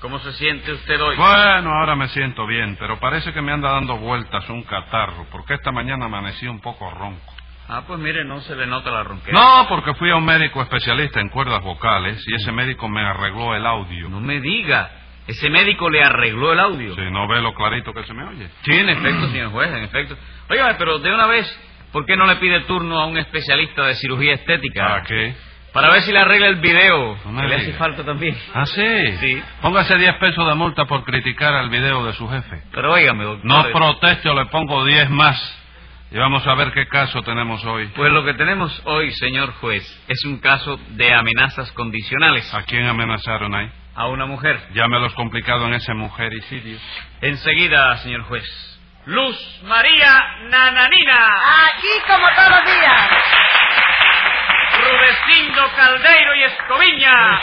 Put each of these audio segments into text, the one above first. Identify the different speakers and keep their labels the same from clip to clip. Speaker 1: ¿Cómo se siente usted hoy?
Speaker 2: Bueno, ahora me siento bien, pero parece que me anda dando vueltas un catarro, porque esta mañana amanecí un poco ronco.
Speaker 1: Ah, pues mire, no se le nota la ronquera.
Speaker 2: No, porque fui a un médico especialista en cuerdas vocales y ese médico me arregló el audio.
Speaker 1: No me diga. Ese médico le arregló el audio.
Speaker 2: Si no ve lo clarito que se me oye.
Speaker 1: Sí, en efecto, señor juez, en efecto. Óigame, pero de una vez, ¿por qué no le pide turno a un especialista de cirugía estética?
Speaker 2: ¿Para qué?
Speaker 1: Para ver si le arregla el video.
Speaker 2: Ah, No me
Speaker 1: que le
Speaker 2: diga.
Speaker 1: hace falta también.
Speaker 2: ¿Ah, sí?
Speaker 1: Sí.
Speaker 2: Póngase 10 pesos de multa por criticar al video de su jefe.
Speaker 1: Pero óigame, doctor.
Speaker 2: No protesto, le pongo 10 más. Y vamos a ver qué caso tenemos hoy.
Speaker 1: Pues lo que tenemos hoy, señor juez, es un caso de amenazas condicionales
Speaker 2: ¿A quién amenazaron ahí?
Speaker 1: a una mujer.
Speaker 2: Ya me los complicado en ese mujericidio.
Speaker 1: Enseguida, señor juez. Luz María Nananina,
Speaker 3: Aquí como todos los días.
Speaker 1: Rudecindo Caldeiro y Escoviña.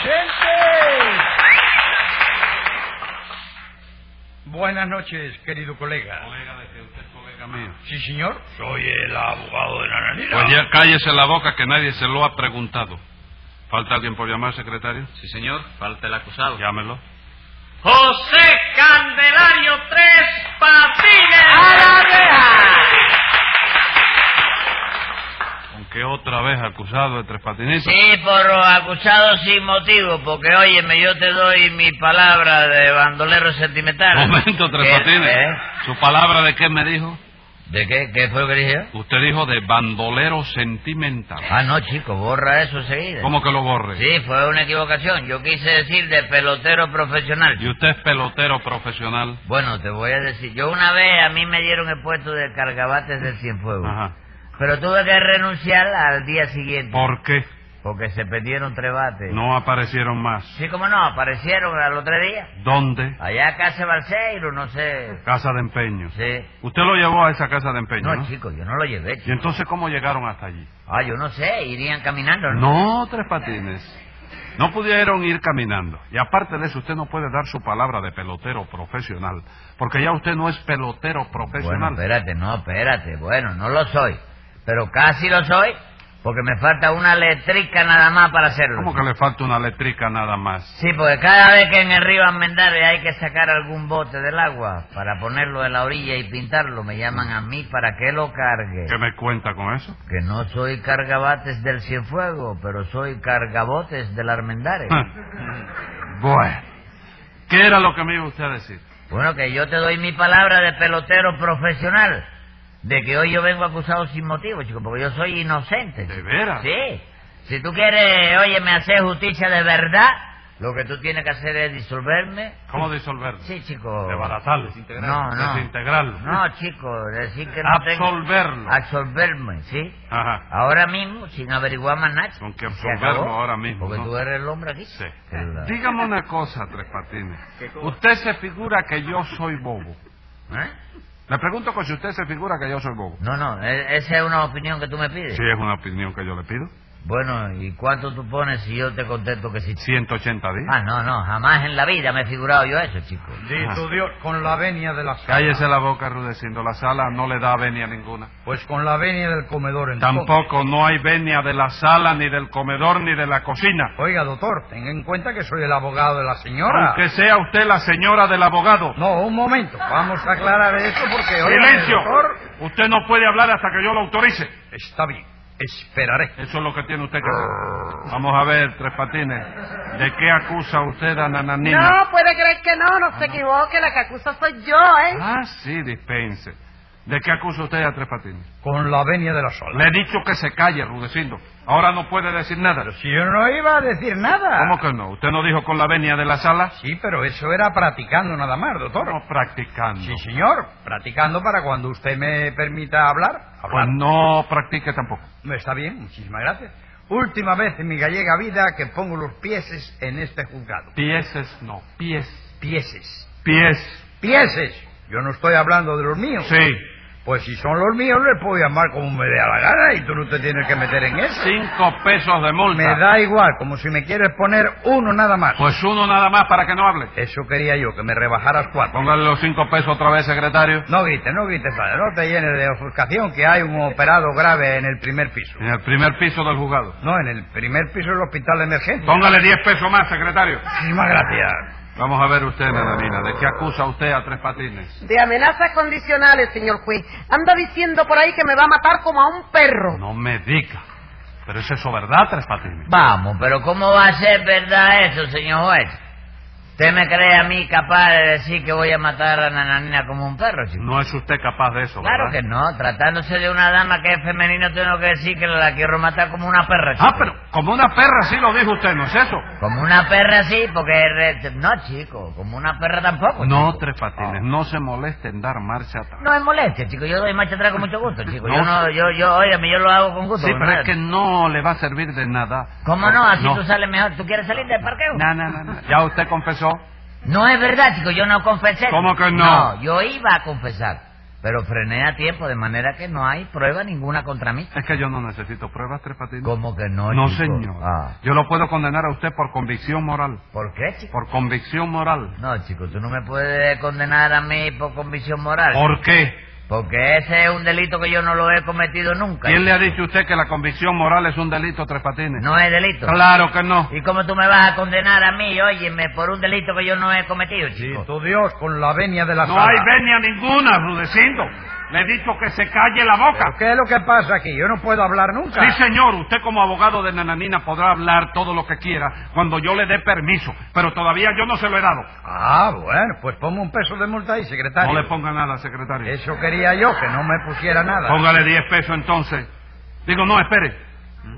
Speaker 4: Buenas noches, querido colega.
Speaker 2: Colega de que usted es colega mío.
Speaker 4: Sí, señor. Soy el abogado de Nananina.
Speaker 2: Pues ya cállese la boca que nadie se lo ha preguntado. ¿Falta alguien por llamar, secretario?
Speaker 1: Sí, señor, falta el acusado.
Speaker 2: Llámelo.
Speaker 1: José Candelario Tres Patines.
Speaker 3: ¡A la reja!
Speaker 2: Aunque otra vez acusado de tres patinitos.
Speaker 5: Sí, por acusado sin motivo, porque óyeme, yo te doy mi palabra de bandolero sentimental.
Speaker 2: Momento, tres
Speaker 5: ¿Qué?
Speaker 2: patines.
Speaker 5: ¿Eh?
Speaker 2: ¿Su palabra de qué me dijo?
Speaker 5: ¿De qué? ¿Qué fue lo que dije yo?
Speaker 2: Usted dijo de bandolero sentimental.
Speaker 5: Ah, no, chico, borra eso enseguida.
Speaker 2: ¿Cómo que lo borre?
Speaker 5: Sí, fue una equivocación. Yo quise decir de pelotero profesional.
Speaker 2: ¿Y usted es pelotero profesional?
Speaker 5: Bueno, te voy a decir, yo una vez a mí me dieron el puesto de cargabates del Cienfuegos,
Speaker 2: Ajá.
Speaker 5: pero tuve que renunciar al día siguiente,
Speaker 2: ¿Por qué?
Speaker 5: porque se perdieron tres bates.
Speaker 2: No aparecieron más.
Speaker 5: Sí, cómo no, aparecieron al otro día.
Speaker 2: ¿Dónde?
Speaker 5: Allá a Casa Balseiro, no sé.
Speaker 2: Casa de empeño.
Speaker 5: Sí.
Speaker 2: Usted lo llevó a esa casa de empeño,
Speaker 5: No,
Speaker 2: ¿no?
Speaker 5: chico, yo no lo llevé.
Speaker 2: ¿Y
Speaker 5: chico.
Speaker 2: entonces cómo llegaron hasta allí?
Speaker 5: Ah, yo no sé, irían caminando, ¿no?
Speaker 2: No, tres patines. No pudieron ir caminando. Y aparte de eso, usted no puede dar su palabra de pelotero profesional. Porque ya usted no es pelotero
Speaker 5: bueno,
Speaker 2: profesional.
Speaker 5: espérate, no, espérate. Bueno, no lo soy, pero casi lo soy, porque me falta una letrica nada más para hacerlo.
Speaker 2: ¿Cómo que le falta una eléctrica nada más?
Speaker 5: Sí, porque cada vez que en el río Almendares hay que sacar algún bote del agua para ponerlo en la orilla y pintarlo, me llaman a mí para que lo cargue.
Speaker 2: ¿Qué me cuenta con eso?
Speaker 5: Que no soy cargabates del Cienfuego, pero soy cargabotes del Almendares.
Speaker 2: Ah, bueno. ¿Qué era lo que me iba usted a decir?
Speaker 5: Bueno, que yo te doy mi palabra de pelotero profesional. De que hoy yo vengo acusado sin motivo, chico, porque yo soy inocente.
Speaker 2: ¿De
Speaker 5: chico.
Speaker 2: veras?
Speaker 5: Sí. Si tú quieres, oye, me hacer justicia de verdad, lo que tú tienes que hacer es disolverme.
Speaker 2: ¿Cómo disolverlo?
Speaker 5: Sí, chico.
Speaker 2: Desbaratarlo.
Speaker 5: No, no.
Speaker 2: Desintegrarlo.
Speaker 5: No, chico, decir que no
Speaker 2: Absolverlo.
Speaker 5: tengo... Absolverme, ¿sí?
Speaker 2: Ajá.
Speaker 5: Ahora mismo, sin averiguar más nada.
Speaker 2: Con que
Speaker 5: Se
Speaker 2: absolverlo
Speaker 5: acabó,
Speaker 2: ahora mismo,
Speaker 5: Porque
Speaker 2: ¿no?
Speaker 5: tú eres el hombre aquí.
Speaker 2: Sí.
Speaker 5: El-
Speaker 2: Dígame una cosa, Tres Patines. Usted se figura que yo soy bobo.
Speaker 5: ¿Eh?
Speaker 2: Le pregunto que si usted se figura que yo soy bobo.
Speaker 5: No, no, e- esa es una opinión que tú me pides.
Speaker 2: Sí, es una opinión que yo le pido.
Speaker 5: Bueno, ¿y cuánto tú pones si yo te contesto que sí?
Speaker 2: 180 días.
Speaker 5: Ah, no, no, jamás en la vida me he figurado yo eso, chico.
Speaker 4: Dito Dios, con la venia de la sala.
Speaker 2: Cállese la boca, Rudecindo. La sala no le da venia ninguna.
Speaker 4: Pues con la venia del comedor, entonces.
Speaker 2: Tampoco no hay venia de la sala, ni del comedor, ni de la cocina.
Speaker 4: Oiga, doctor, tenga en cuenta que soy el abogado de la señora.
Speaker 2: Aunque sea usted la señora del abogado.
Speaker 4: No, un momento. Vamos a aclarar eso porque... oiga,
Speaker 2: ¡Silencio!
Speaker 4: doctor,
Speaker 2: Usted no puede hablar hasta que yo lo autorice.
Speaker 4: está bien. Esperaré.
Speaker 2: Eso es lo que tiene usted que hacer. Vamos a ver, Tres Patines. ¿De qué acusa usted a Nananina?
Speaker 3: No, puede creer que no, no se equivoque, la que acusa soy yo, ¿eh?
Speaker 2: Ah, sí, dispense. ¿De qué acusa usted a Tres Patines?
Speaker 4: Con la venia de la sala.
Speaker 2: Le he dicho que se calle, Rudecindo. Ahora no puede decir nada.
Speaker 4: Pero si yo no iba a decir nada.
Speaker 2: ¿Cómo que no? ¿Usted no dijo con la venia de la sala?
Speaker 4: Sí, pero eso era practicando nada más, doctor.
Speaker 2: No practicando.
Speaker 4: Sí, señor. Practicando para cuando usted me permita hablar.
Speaker 2: Pues
Speaker 4: Hablar.
Speaker 2: no practique tampoco.
Speaker 4: Está bien, muchísimas gracias. Última vez en mi gallega vida que pongo los pies en este juzgado.
Speaker 2: Pieses no, pies.
Speaker 4: pieses.
Speaker 2: Pies.
Speaker 4: Pieses. Yo no estoy hablando de los míos.
Speaker 2: Sí.
Speaker 4: Pues si son los míos, les puedo llamar como me dé la gana y tú no te tienes que meter en eso.
Speaker 2: Cinco pesos de multa.
Speaker 4: Me da igual, como si me quieres poner uno nada más.
Speaker 2: Pues uno nada más para que no hable.
Speaker 4: Eso quería yo, que me rebajaras cuatro.
Speaker 2: Póngale los cinco pesos otra vez, secretario.
Speaker 4: No grites, no grites, padre, no te llenes de ofuscación que hay un operado grave en el primer piso.
Speaker 2: En el primer piso del juzgado.
Speaker 4: No, en el primer piso del hospital de emergencia.
Speaker 2: Póngale diez pesos más, secretario.
Speaker 4: Muchísimas gracias.
Speaker 2: Vamos a ver usted, Nananina, ¿de qué acusa usted a Tres Patines?
Speaker 3: De amenazas condicionales, señor juez. Anda diciendo por ahí que me va a matar como a un perro.
Speaker 2: No me diga. ¿Pero es eso verdad, Tres Patines?
Speaker 5: Vamos, pero ¿cómo va a ser verdad eso, señor juez? ¿Usted me cree a mí capaz de decir que voy a matar a Nananina como un perro, chico?
Speaker 2: No es usted capaz de eso,
Speaker 5: Claro
Speaker 2: ¿verdad?
Speaker 5: que no, tratándose de una dama que es femenino, tengo que decir que la quiero matar como una perra.
Speaker 2: Ah,
Speaker 5: chico.
Speaker 2: pero como una perra sí lo dijo usted, ¿no es eso?
Speaker 5: Como una perra sí, porque... re- No, chico, como una perra tampoco.
Speaker 2: No, Ah.
Speaker 5: chico.
Speaker 2: Tres Patines, no se moleste en dar marcha atrás.
Speaker 5: No es molestia, chico, yo doy marcha atrás con mucho gusto, chico.
Speaker 2: No,
Speaker 5: Yo no, yo, yo, óigame, yo lo hago con gusto.
Speaker 2: Sí,
Speaker 5: con
Speaker 2: pero
Speaker 5: nada.
Speaker 2: es que no le va a servir de nada.
Speaker 5: ¿Cómo no? Así tú sales mejor. ¿Tú quieres salir del parqueo?
Speaker 2: No, no, no, no. ¿Ya usted confesó?
Speaker 5: No es verdad, chico, yo no confesé.
Speaker 2: ¿Cómo que no?
Speaker 5: No, yo iba a confesar, pero frené a tiempo, de manera que no hay prueba ninguna contra mí.
Speaker 2: Es que yo no necesito pruebas, Tres Patines.
Speaker 5: ¿Cómo que no,
Speaker 2: No,
Speaker 5: chico?
Speaker 2: señor.
Speaker 5: Ah,
Speaker 2: Yo lo puedo condenar a usted por convicción moral.
Speaker 5: ¿Por qué, chico?
Speaker 2: Por convicción moral.
Speaker 5: No, chico, tú no me puedes condenar a mí por convicción moral.
Speaker 2: ¿Por qué?
Speaker 5: Porque ese es un delito que yo no lo he cometido nunca.
Speaker 2: ¿Quién le ha dicho a usted que la convicción moral es un delito, Tres Patines?
Speaker 5: No es delito.
Speaker 2: Claro que no.
Speaker 5: ¿Y cómo tú me vas a condenar a mí, óyeme, por un delito que yo no he cometido,
Speaker 4: Sí,
Speaker 5: chico?
Speaker 4: tu Dios, con la venia de la
Speaker 2: No
Speaker 4: sala.
Speaker 2: hay venia ninguna, Rudecindo. Le he dicho que se calle la
Speaker 4: ¿Pero
Speaker 2: boca.
Speaker 4: ¿Qué es lo que pasa aquí? Yo no puedo hablar nunca.
Speaker 2: Sí, señor, usted como abogado de Nananina podrá hablar todo lo que quiera cuando yo le dé permiso, pero todavía yo no se lo he dado.
Speaker 4: Ah, bueno, pues ponme un peso de multa ahí, secretario.
Speaker 2: No le ponga nada, secretario.
Speaker 4: Eso quería yo, que no me pusiera nada.
Speaker 2: Póngale 10 pesos entonces. Digo, no, espere.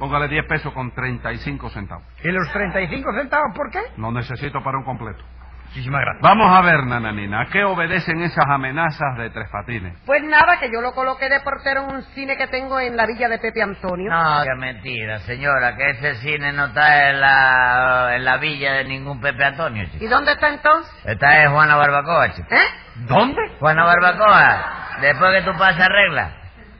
Speaker 2: Póngale 10 pesos con 35 centavos.
Speaker 4: ¿Y los 35 centavos por qué?
Speaker 2: No necesito para un completo.
Speaker 4: Muchísimas gracias.
Speaker 2: Vamos a ver, Nananina, ¿a qué obedecen esas amenazas de Tres Patines?
Speaker 3: Pues nada, que yo lo coloqué de portero en un cine que tengo en la villa de Pepe Antonio.
Speaker 5: No, qué mentira, señora, que ese cine no está en la, en la villa de ningún Pepe Antonio,
Speaker 3: ¿Y
Speaker 5: chico.
Speaker 3: dónde está entonces?
Speaker 5: Esta es Juana Barbacoa, chico.
Speaker 3: ¿Eh?
Speaker 2: ¿Dónde?
Speaker 5: Juana Barbacoa, después que tú pasas regla.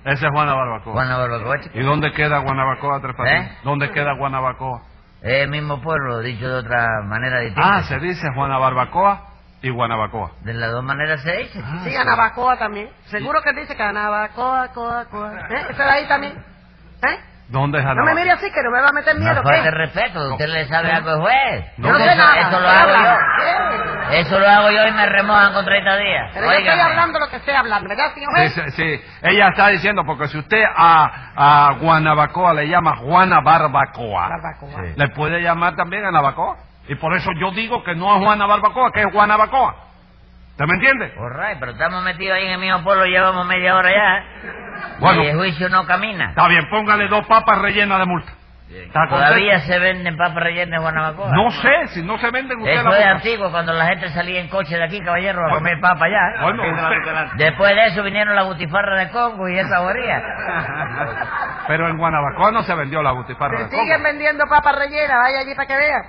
Speaker 2: Esa es Juana Barbacoa.
Speaker 5: Juana Barbacoa, chico.
Speaker 2: ¿Y dónde queda Guanabacoa, Tres Patines?
Speaker 5: ¿Eh?
Speaker 2: ¿Dónde queda Guanabacoa?
Speaker 5: Es el mismo pueblo, dicho de otra manera distinta.
Speaker 2: Ah, se dice Juana Barbacoa y Guanabacoa.
Speaker 5: De las dos maneras se dice. chico.
Speaker 3: Sí, Anabacoa también. Seguro que dice que Anabacoa, coa, coa. ¿Eh? ¿Ese de ahí también? ¿Eh?
Speaker 2: ¿Dónde es
Speaker 3: No me mire
Speaker 2: Guanabacoa?
Speaker 3: así, que no me va a meter miedo,
Speaker 5: No
Speaker 3: ¿qué?
Speaker 5: falta respeto, usted le sabe algo al juez.
Speaker 3: Yo no
Speaker 5: eso,
Speaker 3: sé nada.
Speaker 5: eso lo
Speaker 3: ¿qué
Speaker 5: hago
Speaker 3: habla?
Speaker 5: yo.
Speaker 3: ¿Qué?
Speaker 5: Eso lo hago yo y me remojan con 30 días.
Speaker 3: Pero yo estoy
Speaker 5: Óigame.
Speaker 3: hablando lo que estoy hablando, ¿verdad, señor
Speaker 2: Sí,
Speaker 3: juez?
Speaker 2: sí, sí. ella está diciendo, porque si usted a, a Guanabacoa le llama Juana Barbacoa,
Speaker 3: Barbacoa.
Speaker 2: le puede llamar también a Navacoa. Y por eso yo digo que no es Juana Barbacoa, que es Guanabacoa. ¿Usted me entiende?
Speaker 5: All right, pero estamos metidos ahí en el mismo pueblo, llevamos media hora ya.
Speaker 2: Bueno.
Speaker 5: Y el juicio no camina.
Speaker 2: Está bien, póngale dos papas rellenas de multa. ¿Está
Speaker 5: Todavía se venden papas rellenas en Guanabacoa.
Speaker 2: No sé, si no se venden usted
Speaker 5: Eso
Speaker 2: la
Speaker 5: es
Speaker 2: boca.
Speaker 5: antiguo, cuando la gente salía en coche de aquí, caballero, a
Speaker 2: Bueno.
Speaker 5: comer papas allá.
Speaker 2: Bueno, usted-
Speaker 5: Después de eso vinieron las butifarras de Congo y esa boría.
Speaker 2: Pero en Guanabacoa no se vendió la butifarra.
Speaker 3: Se
Speaker 2: de coco.
Speaker 3: siguen vendiendo papas rellenas, vaya allí para que vea.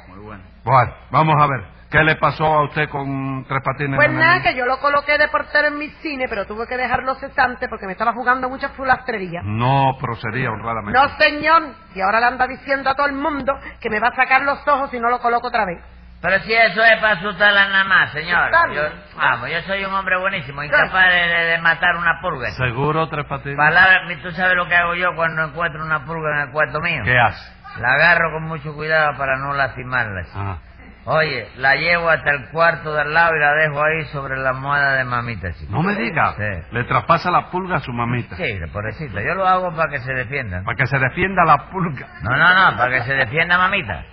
Speaker 2: Bueno, vamos a ver. ¿Qué le pasó a usted con Tres Patines?
Speaker 3: Pues
Speaker 2: Nananina?
Speaker 3: nada, que yo lo coloqué de portero en mi cine, pero tuve que dejarlo cesante porque me estaba jugando muchas fulastrerías.
Speaker 5: Mm,
Speaker 2: No procedía honradamente.
Speaker 3: No, señor. Y ahora le anda diciendo a todo el mundo que me va a sacar los ojos si no lo coloco otra vez.
Speaker 5: Pero si eso es para asustarla nada más, señor.
Speaker 3: Asustarla.
Speaker 5: Yo- vamos, yo soy un hombre buenísimo, incapaz de, de- de matar una pulga.
Speaker 2: ¿Seguro Tres Patines?
Speaker 5: Palabra, tú sabes lo que hago yo cuando encuentro una pulga en el cuarto mío.
Speaker 2: ¿Qué hace?
Speaker 5: La agarro con mucho cuidado para no lastimarla. chico.
Speaker 2: Ah.
Speaker 5: Oye, la llevo hasta el cuarto del lado y la dejo ahí sobre la almohada de mamita, chico.
Speaker 2: No me diga.
Speaker 5: Sí.
Speaker 2: Le traspasa la pulga a su mamita.
Speaker 5: Sí, pobrecita, yo lo hago para que se defiendan.
Speaker 2: Para que se defienda la pulga.
Speaker 5: No, no, no, para que se defienda mamita.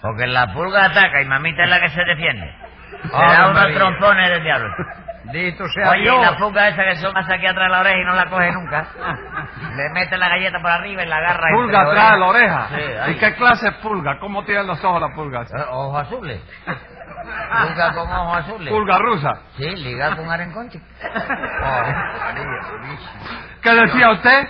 Speaker 5: Porque la pulga ataca y mamita es la que se defiende. Se
Speaker 4: Ave
Speaker 5: da unos
Speaker 4: María.
Speaker 5: trompones del diablo.
Speaker 4: Dito sea
Speaker 5: Oye, y
Speaker 4: Dios.
Speaker 5: la pulga esa que son hasta aquí atrás de la oreja y no la coge nunca. Le mete la galleta por arriba y la agarra. entre
Speaker 2: Pulga atrás de la oreja.
Speaker 5: Sí, ahí.
Speaker 2: ¿Y qué clase de pulga? ¿Cómo tiene los ojos la pulga?
Speaker 5: Eh, Ojos azules. Pulga con ojos azules.
Speaker 2: Pulga rusa.
Speaker 5: Sí, liga con arenconchi.
Speaker 4: Ave María, Purísima.
Speaker 2: ¿Qué decía usted?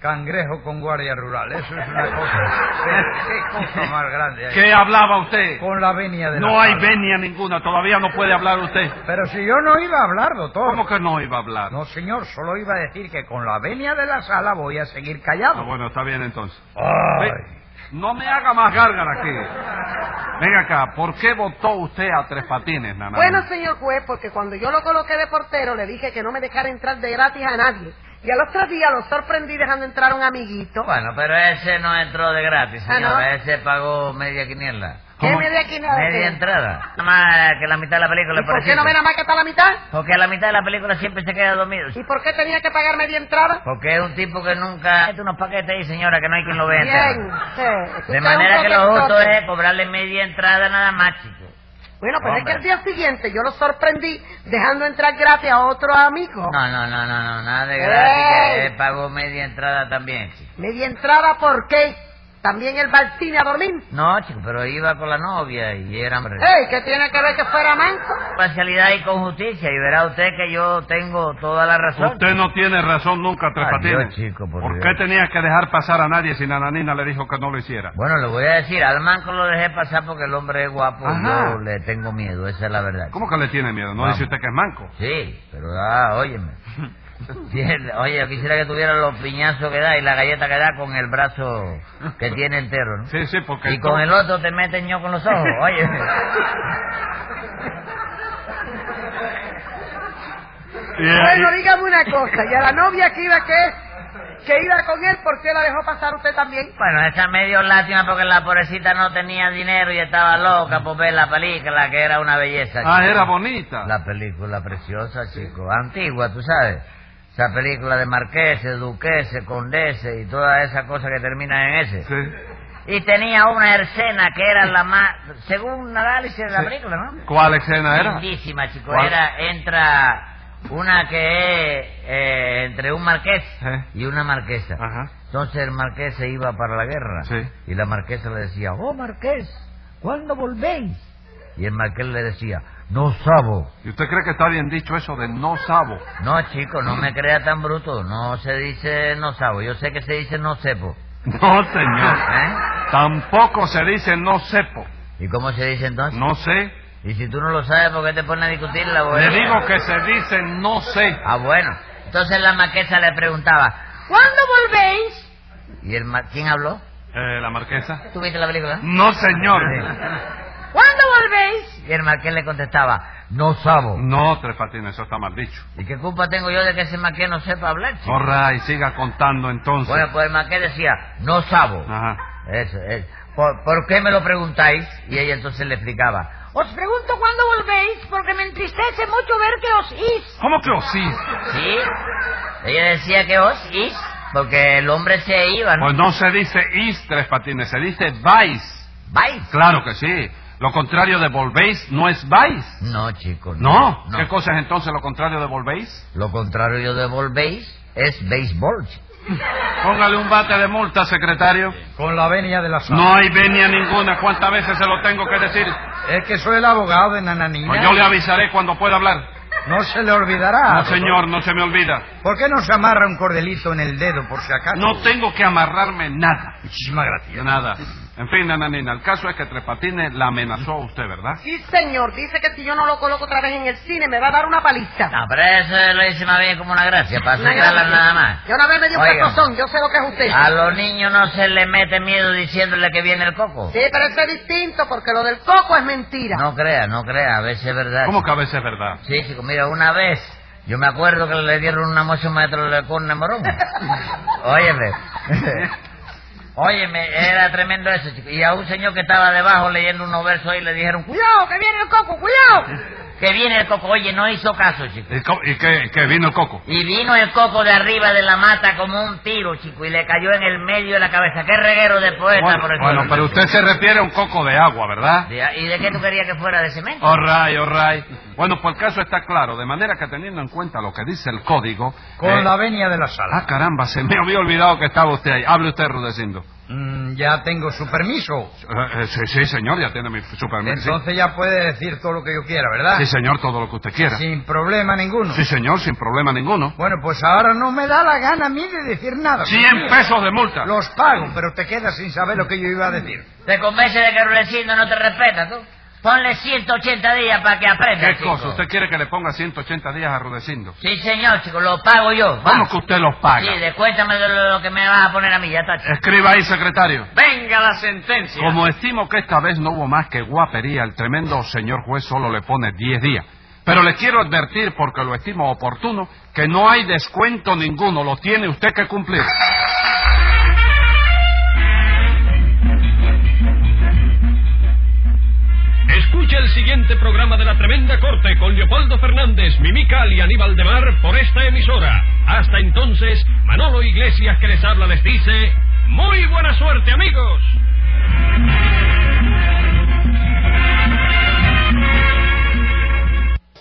Speaker 4: Cangrejo con guardia rural. Eso es una cosa. Qué cosa más grande hay.
Speaker 2: ¿Qué hablaba usted?
Speaker 4: Con la venia de la
Speaker 2: No hay
Speaker 4: palabra.
Speaker 2: venia ninguna, todavía no puede hablar usted.
Speaker 4: Pero si yo no iba a hablar, doctor.
Speaker 2: ¿Cómo que no iba a hablar?
Speaker 4: No, señor, solo iba a decir que con la venia de la sala voy a seguir
Speaker 2: Ah,
Speaker 4: callado.
Speaker 2: bueno, está bien entonces.
Speaker 4: Ay.
Speaker 2: Ve- No me haga más gárgara aquí. Venga acá, ¿por qué votó usted a Tres Patines, Nana?
Speaker 3: Bueno, señor juez, porque cuando yo lo coloqué de portero le dije que no me dejara entrar de gratis a nadie. Y a los tres días lo sorprendí dejando entrar a un amiguito.
Speaker 5: Bueno, pero ese no entró de gratis,
Speaker 3: Ah,
Speaker 5: señor.
Speaker 3: ¿no?
Speaker 5: Ese pagó media quiniela.
Speaker 3: ¿Qué
Speaker 2: ¿Cómo?
Speaker 3: me de aquí nada?
Speaker 5: Media entrada. Nada más que la mitad de la película,
Speaker 3: ¿Y por qué
Speaker 5: pobrecito.
Speaker 3: no me nada más que está la mitad?
Speaker 5: Porque a la mitad de la película siempre se queda dormido.
Speaker 3: ¿Y por qué tenía que pagar media entrada?
Speaker 5: Porque es un tipo que nunca... Mete unos paquetes ahí, señora, que no hay quien lo vea
Speaker 3: Bien,
Speaker 5: entero.
Speaker 3: sí. Usted
Speaker 5: De
Speaker 3: es
Speaker 5: manera
Speaker 3: un
Speaker 5: que lo justo
Speaker 3: coquetote.
Speaker 5: es cobrarle media entrada nada más, chico.
Speaker 3: Bueno, pero es que
Speaker 5: Hombre.
Speaker 3: el día siguiente yo lo sorprendí dejando entrar gratis a otro amigo.
Speaker 5: No, no, no, no, no, nada de
Speaker 3: ¡Ey!
Speaker 5: gratis. que él pagó media entrada también, chico.
Speaker 3: Media entrada, ¿por qué? También el Baltine a dormir.
Speaker 5: No, chico, pero iba con la novia y era...
Speaker 3: ¡Ey! ¿Qué tiene que ver que fuera manco?
Speaker 5: Parcialidad y con justicia, y verá usted que yo tengo toda la razón.
Speaker 2: Usted no tiene razón nunca, Tres
Speaker 5: Ay,
Speaker 2: Patines.
Speaker 5: Dios, chico, por
Speaker 2: ¿Por
Speaker 5: Dios.
Speaker 2: qué tenía que dejar pasar a nadie si Nananina le dijo que no lo hiciera?
Speaker 5: Bueno, le voy a decir, al manco lo dejé pasar porque el hombre es guapo y
Speaker 2: Ajá.
Speaker 5: yo le tengo miedo, esa es la verdad.
Speaker 2: ¿Cómo que le tiene miedo? ¿No
Speaker 5: Vamos.
Speaker 2: dice usted que es manco?
Speaker 5: Sí, pero ah, óyeme. Tiene- Oye, yo quisiera que tuviera los piñazos que da y la galleta que da con el brazo que tiene entero, ¿no?
Speaker 2: Sí, sí, porque...
Speaker 5: Y con el otro te meten yo con los ojos, oye.
Speaker 2: Y- eh, y-
Speaker 3: Bueno, dígame una cosa. ¿Y a la novia que iba que, que iba con él, por qué la dejó pasar usted también?
Speaker 5: Bueno, esa medio lástima porque la pobrecita no tenía dinero y estaba loca por ver la película, que era una belleza.
Speaker 2: Ah,
Speaker 5: chico.
Speaker 2: era bonita.
Speaker 5: La película preciosa, chico. Antigua, tú sabes. Esa película de marqueses, duqueses, condeses y toda esa cosa que termina en ese.
Speaker 2: Sí.
Speaker 5: Y tenía una escena que era la más... Según un análisis de la
Speaker 2: Sí.
Speaker 5: película, ¿no?
Speaker 2: ¿Cuál escena era?
Speaker 5: Lindísima, chico.
Speaker 2: ¿Cuál?
Speaker 5: Era, entra una que es eh, entre un marqués
Speaker 2: ¿Eh?
Speaker 5: y una marquesa.
Speaker 2: Ajá.
Speaker 5: Entonces el marqués se iba para la guerra.
Speaker 2: Sí.
Speaker 5: Y la marquesa le decía, oh marqués, ¿cuándo volvéis? Y el marqués le decía, no sabo.
Speaker 2: ¿Y usted cree que está bien dicho eso de no sabo?
Speaker 5: No, chico, no me crea tan bruto. No se dice no sabo. Yo sé que se dice no sepo.
Speaker 2: No, señor.
Speaker 5: ¿Eh?
Speaker 2: Tampoco se dice no sepo.
Speaker 5: ¿Y cómo se dice entonces?
Speaker 2: No sé.
Speaker 5: Y si tú no lo sabes, ¿por qué te pones a discutir la
Speaker 2: Le digo que se dice no sé.
Speaker 5: Ah, bueno. Entonces la marquesa le preguntaba,
Speaker 3: ¿Cuándo volvéis?
Speaker 5: ¿y el mar... quién habló?
Speaker 2: Eh, ¿La marquesa?
Speaker 5: ¿Tú viste la película?
Speaker 2: No, señor.
Speaker 3: ¿Cuándo volvéis?
Speaker 5: Y el marqués le contestaba, no sabo.
Speaker 2: No, Tres Patines, eso está mal dicho.
Speaker 5: ¿Y qué culpa tengo yo de que ese marqués no sepa hablar, chico?
Speaker 2: Corra y siga contando entonces.
Speaker 5: Bueno, pues el marqués decía, no sabo.
Speaker 2: Ajá.
Speaker 5: Eso, eso. ¿Por, por qué me lo preguntáis? Y ella entonces le explicaba.
Speaker 3: Os pregunto cuándo volvéis, porque me entristece mucho ver que os is.
Speaker 2: ¿Cómo que osís?
Speaker 5: ¿Sí? Ella decía que os is, porque el hombre se iba, ¿no?
Speaker 2: Pues no se dice is, Tres Patines, se dice vais.
Speaker 5: ¿Vais?
Speaker 2: Claro que sí. Lo contrario de volvéis no es vais.
Speaker 5: No, chico.
Speaker 2: No.
Speaker 5: no.
Speaker 2: ¿Qué cosa es entonces lo contrario de volvéis?
Speaker 5: Lo contrario de volvéis es béisbol, chico.
Speaker 2: Póngale un bate de multa, secretario.
Speaker 4: Con la venia de la sala.
Speaker 2: No hay venia ninguna. ¿Cuántas veces se lo tengo que decir?
Speaker 4: Es que soy el abogado de Nananina.
Speaker 2: Pues yo le avisaré cuando pueda hablar.
Speaker 4: No se le olvidará.
Speaker 2: No,
Speaker 4: Ah, doctor.
Speaker 2: señor, no se me olvida.
Speaker 4: ¿Por qué no se amarra un cordelito en el dedo, por si acaso?
Speaker 2: Ah, No tengo que amarrarme nada.
Speaker 4: Muchísimas gracias.
Speaker 2: De nada. En fin, nananina, el caso es que Tres Patines la amenazó a usted, ¿verdad?
Speaker 3: Sí, señor. Dice que si yo no lo coloco otra vez en el cine me va a dar una paliza.
Speaker 5: No, pero eso lo hice más bien como una gracia, para
Speaker 3: Una
Speaker 5: sacarla
Speaker 3: gracia.
Speaker 5: nada más.
Speaker 3: Yo una vez me dio un
Speaker 5: Oiga.
Speaker 3: pastozón, yo sé lo que es usted.
Speaker 5: A los niños no se les mete miedo diciéndole que viene el coco.
Speaker 3: Sí, pero eso es distinto, porque lo del coco es mentira.
Speaker 5: No crea, no crea, a veces es verdad.
Speaker 2: ¿Cómo que a veces es verdad?
Speaker 5: Sí, chico, mira, una vez yo me acuerdo que le dieron una moción maestro de corne morón. Óyeme. Óyeme, era tremendo eso, chico. Y a un señor que estaba debajo leyendo unos versos ahí le dijeron,
Speaker 3: ¡Cuidado, que viene el coco, cuidado!
Speaker 5: que viene el coco. Oye, no hizo caso, chico.
Speaker 2: ¿Y, co- y qué, qué vino el coco?
Speaker 5: Y vino el coco de arriba de la mata como un tiro, chico, y le cayó en el medio de la cabeza. Qué reguero de poeta,
Speaker 2: Bueno,
Speaker 5: por el
Speaker 2: bueno,
Speaker 5: cielo.
Speaker 2: pero usted se refiere a un coco de agua, ¿verdad? Oh,
Speaker 5: Ya, ¿Y de qué tú querías que fuera de cemento?
Speaker 2: All right, all right. Bueno, pues el caso está claro, de manera que teniendo en cuenta lo que dice el código...
Speaker 4: Con
Speaker 2: eh,
Speaker 4: la venia de la sala.
Speaker 2: Ah, caramba, se me había olvidado que estaba usted ahí. Hable usted, Rudecindo.
Speaker 4: Mm, ya tengo su permiso.
Speaker 2: Eh, eh, sí, sí, señor, ya tiene mi supermercado.
Speaker 4: Entonces ah. ya puede decir todo lo que yo quiera, ¿verdad?
Speaker 2: Sí, señor, todo lo que usted quiera.
Speaker 4: Sin problema ninguno.
Speaker 2: Sí, señor, sin problema ninguno.
Speaker 4: Bueno, pues ahora no me da la gana a mí de decir nada.
Speaker 2: 100 pesos de multa.
Speaker 4: Los pago, pero te quedas sin saber lo que yo iba a decir.
Speaker 2: Oh.
Speaker 5: Te convence de que Rulecindo no te respeta, tú. Ponle 180 días para que aprenda,
Speaker 2: ¿Qué
Speaker 5: chico.
Speaker 2: cosa? ¿Usted quiere que le ponga 180 días a Rudecindo?
Speaker 5: Sí, señor, chico, lo pago yo.
Speaker 2: Vamos que usted los paga.
Speaker 5: Sí, descuéntame de lo, lo que me vas a poner a mí, ya está. chico.
Speaker 2: Escriba ahí, secretario.
Speaker 1: Venga la sentencia.
Speaker 2: Como estimo que esta vez no hubo más que guapería, el tremendo señor juez solo le pone 10 días. Pero le quiero advertir, porque lo estimo oportuno, que no hay descuento ninguno, lo tiene usted que cumplir.
Speaker 6: Escucha el siguiente programa de La Tremenda Corte con Leopoldo Fernández, Mimical y Aníbal de Mar por esta emisora. Hasta entonces, Manolo Iglesias que les habla les dice, ¡Muy buena suerte amigos!